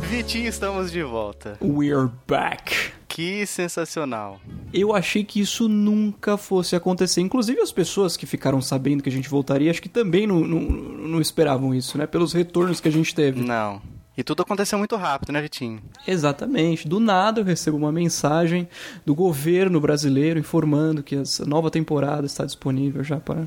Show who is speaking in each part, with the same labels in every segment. Speaker 1: Vitinho, estamos de volta.
Speaker 2: We're back.
Speaker 1: Que sensacional.
Speaker 2: Eu achei que isso nunca fosse acontecer. Inclusive, as pessoas que ficaram sabendo que a gente voltaria, acho que também não, não, não esperavam isso, né? Pelos retornos que a gente teve.
Speaker 1: Não. E tudo aconteceu muito rápido, né, Vitinho?
Speaker 2: Exatamente. Do nada eu recebo uma mensagem do governo brasileiro informando que essa nova temporada está disponível já para.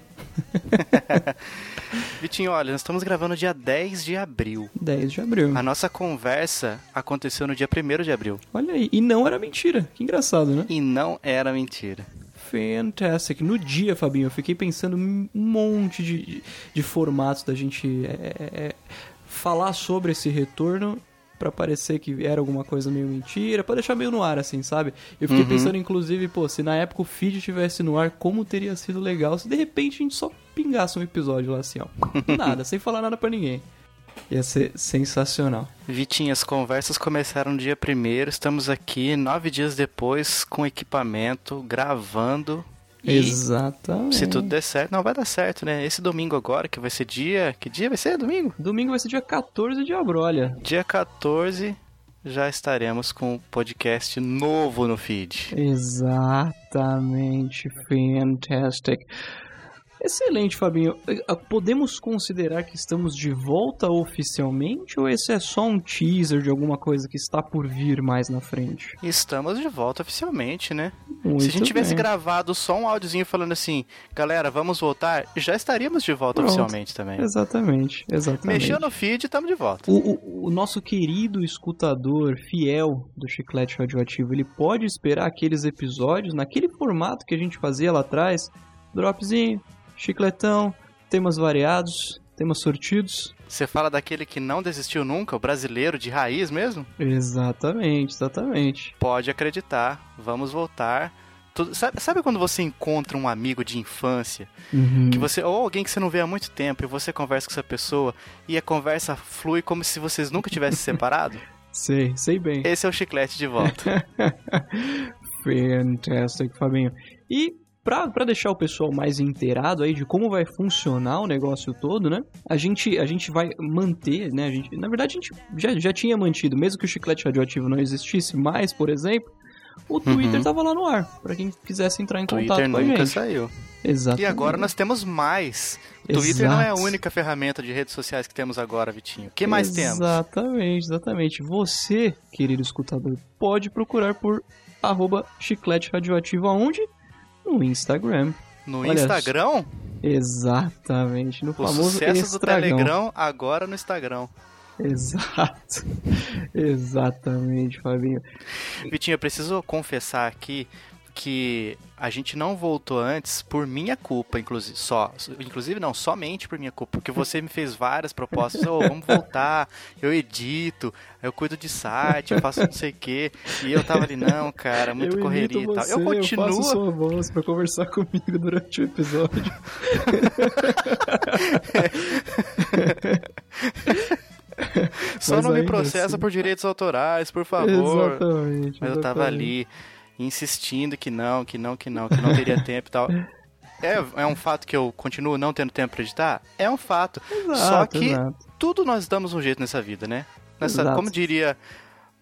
Speaker 1: Vitinho, olha, nós estamos gravando dia 10 de abril.
Speaker 2: 10 de abril.
Speaker 1: A nossa conversa aconteceu no dia 1 de abril.
Speaker 2: Olha aí. E não era mentira. Que engraçado, né?
Speaker 1: E não era mentira.
Speaker 2: Fantastic. No dia, Fabinho, eu fiquei pensando um monte de, de, de formatos da gente. É, é, falar sobre esse retorno para parecer que era alguma coisa meio mentira, para deixar meio no ar, assim, sabe? Eu fiquei uhum. pensando, inclusive, pô, se na época o feed estivesse no ar, como teria sido legal se de repente a gente só pingasse um episódio lá assim, ó. Nada, sem falar nada para ninguém. Ia ser sensacional.
Speaker 1: Vitinho, as conversas começaram no dia primeiro, estamos aqui nove dias depois com equipamento, gravando.
Speaker 2: E Exatamente.
Speaker 1: Se tudo der certo, não vai dar certo, né? Esse domingo agora, que vai ser dia. Que dia vai ser? Domingo?
Speaker 2: Domingo vai ser dia 14 de Abrolha.
Speaker 1: Dia 14 já estaremos com um podcast novo no feed.
Speaker 2: Exatamente. Fantastic. Excelente, Fabinho. Eh, ah, Podemos considerar que estamos de volta oficialmente ou esse é só um teaser de alguma coisa que está por vir mais na frente?
Speaker 1: Estamos de volta oficialmente, né?
Speaker 2: Muito
Speaker 1: Se a gente tivesse
Speaker 2: bem.
Speaker 1: gravado só um áudiozinho falando assim, galera, vamos voltar, já estaríamos de volta
Speaker 2: Pronto.
Speaker 1: oficialmente também.
Speaker 2: Exatamente, exatamente.
Speaker 1: Mexeu no feed, estamos de volta.
Speaker 2: O, o- o nosso querido escutador fiel do Chiclete Radioativo, ele pode esperar aqueles episódios naquele formato que a gente fazia lá atrás, dropzinho, chicletão, temas variados, temas sortidos.
Speaker 1: Você fala daquele que não desistiu nunca, o brasileiro de raiz mesmo?
Speaker 2: Exatamente, exatamente.
Speaker 1: Pode acreditar, vamos voltar. Tudo- Sabe, sabe quando você encontra um amigo de infância que você ou alguém que você não vê há muito tempo e você conversa com essa pessoa e a conversa flui como se vocês nunca tivessem se separado?
Speaker 2: Sei, sei bem.
Speaker 1: Esse é o chiclete de volta.
Speaker 2: Fantastic, Fabinho. E pra, pra deixar o pessoal mais inteirado aí de como vai funcionar o negócio todo, né? A gente, a gente vai manter, né? A gente, na verdade, a gente já, já tinha mantido, mesmo que o chiclete radioativo não existisse mais, por exemplo, o Twitter tava lá no ar, pra quem quisesse entrar em
Speaker 1: Uhum. Twitter
Speaker 2: contato com a
Speaker 1: nunca
Speaker 2: gente.
Speaker 1: saiu.
Speaker 2: Exato.
Speaker 1: E agora nós temos mais. O Twitter não é a
Speaker 2: Exato.
Speaker 1: única ferramenta de redes sociais que temos agora, Vitinho. O que mais temos?
Speaker 2: Exatamente, exatamente. Você, querido escutador, pode procurar por arroba chiclete radioativo aonde? No Instagram.
Speaker 1: No
Speaker 2: Olha,
Speaker 1: Instagram,
Speaker 2: Exatamente, no
Speaker 1: o
Speaker 2: famoso
Speaker 1: sucesso do
Speaker 2: estragão.
Speaker 1: Telegram agora no Instagram.
Speaker 2: Exato. Exatamente, Fabinho.
Speaker 1: Vitinho, eu preciso confessar aqui que a gente não voltou antes por minha culpa, inclusive, só, inclusive não, somente por minha culpa, porque você me fez várias propostas, ô, vamos voltar, eu edito, eu cuido de site, eu faço não sei o quê, e eu tava ali, não, cara, muito
Speaker 2: eu
Speaker 1: correria
Speaker 2: imito
Speaker 1: e tal.
Speaker 2: você,
Speaker 1: Eu
Speaker 2: Eu faço
Speaker 1: continuo,
Speaker 2: sua voz pra conversar comigo durante o episódio.
Speaker 1: só
Speaker 2: mas
Speaker 1: não me
Speaker 2: ainda
Speaker 1: processa
Speaker 2: assim.
Speaker 1: por direitos autorais, por favor.
Speaker 2: Exatamente.
Speaker 1: Mas eu tava
Speaker 2: exatamente.
Speaker 1: ali insistindo que não, que não, que não, que não teria tempo e tal. É, é um fato que eu continuo não tendo tempo pra editar? É um fato. Só
Speaker 2: Exato,
Speaker 1: que
Speaker 2: exato.
Speaker 1: tudo nós damos um jeito nessa vida, né? Nessa,
Speaker 2: Exato.
Speaker 1: como diria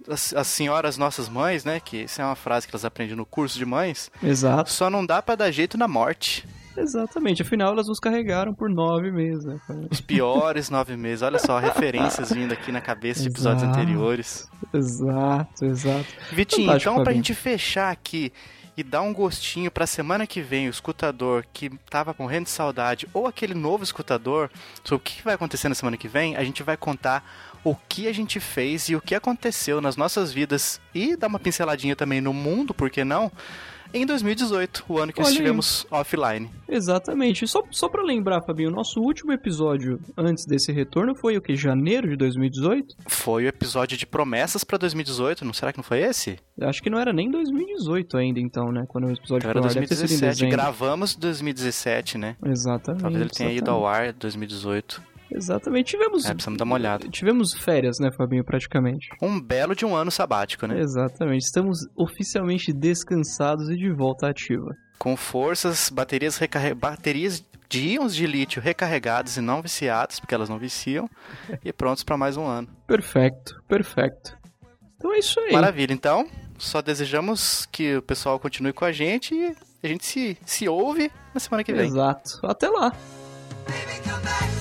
Speaker 1: as, as senhoras nossas mães, né? Que isso é uma frase que elas aprendem no curso de mães.
Speaker 2: Exato.
Speaker 1: Só não dá pra dar jeito na morte.
Speaker 2: Exatamente. Afinal, elas nos carregaram por nove meses, né? cara?
Speaker 1: Os piores nove meses. Olha só, referências vindo aqui na cabeça de episódios
Speaker 2: Exato.
Speaker 1: anteriores.
Speaker 2: Exato, exato.
Speaker 1: Vitinho,
Speaker 2: Fantástico,
Speaker 1: então pra
Speaker 2: Fabinho.
Speaker 1: gente fechar aqui e dar um gostinho pra semana que vem, o escutador que tava morrendo de saudade ou aquele novo escutador, sobre o que vai acontecer na semana que vem, a gente vai contar o que a gente fez e o que aconteceu nas nossas vidas e dar uma pinceladinha também no mundo, por que não? Em 2018, o ano que
Speaker 2: Olha aí.
Speaker 1: estivemos offline.
Speaker 2: Exatamente. Só, só para lembrar, Fabinho, o nosso último episódio antes desse retorno foi o que? Janeiro de 2018?
Speaker 1: Foi o episódio de promessas pra 2018, não será que não foi esse?
Speaker 2: Acho que não era nem 2018 ainda, então, né? Quando o episódio
Speaker 1: Então
Speaker 2: foi
Speaker 1: era
Speaker 2: ao ar. Deve ter sido em
Speaker 1: 2017,
Speaker 2: dezembro.
Speaker 1: gravamos 2017, né?
Speaker 2: Exatamente.
Speaker 1: Talvez ele tenha ido
Speaker 2: exatamente.
Speaker 1: ao ar 2018.
Speaker 2: Exatamente. Tivemos,
Speaker 1: É, precisamos dar uma olhada.
Speaker 2: tivemos férias, né, Fabinho, praticamente.
Speaker 1: Um belo de um ano sabático, né?
Speaker 2: Exatamente. Estamos oficialmente descansados e de volta ativa.
Speaker 1: Com forças, baterias, recarre... baterias de íons de lítio recarregados e não viciados, porque elas não viciam, e prontos para mais um ano.
Speaker 2: Perfeito, perfeito. Então é isso aí.
Speaker 1: Maravilha. Então, só desejamos que o pessoal continue com a gente e a gente se, se ouve na semana que vem.
Speaker 2: Exato. Até lá.
Speaker 3: Baby, come back.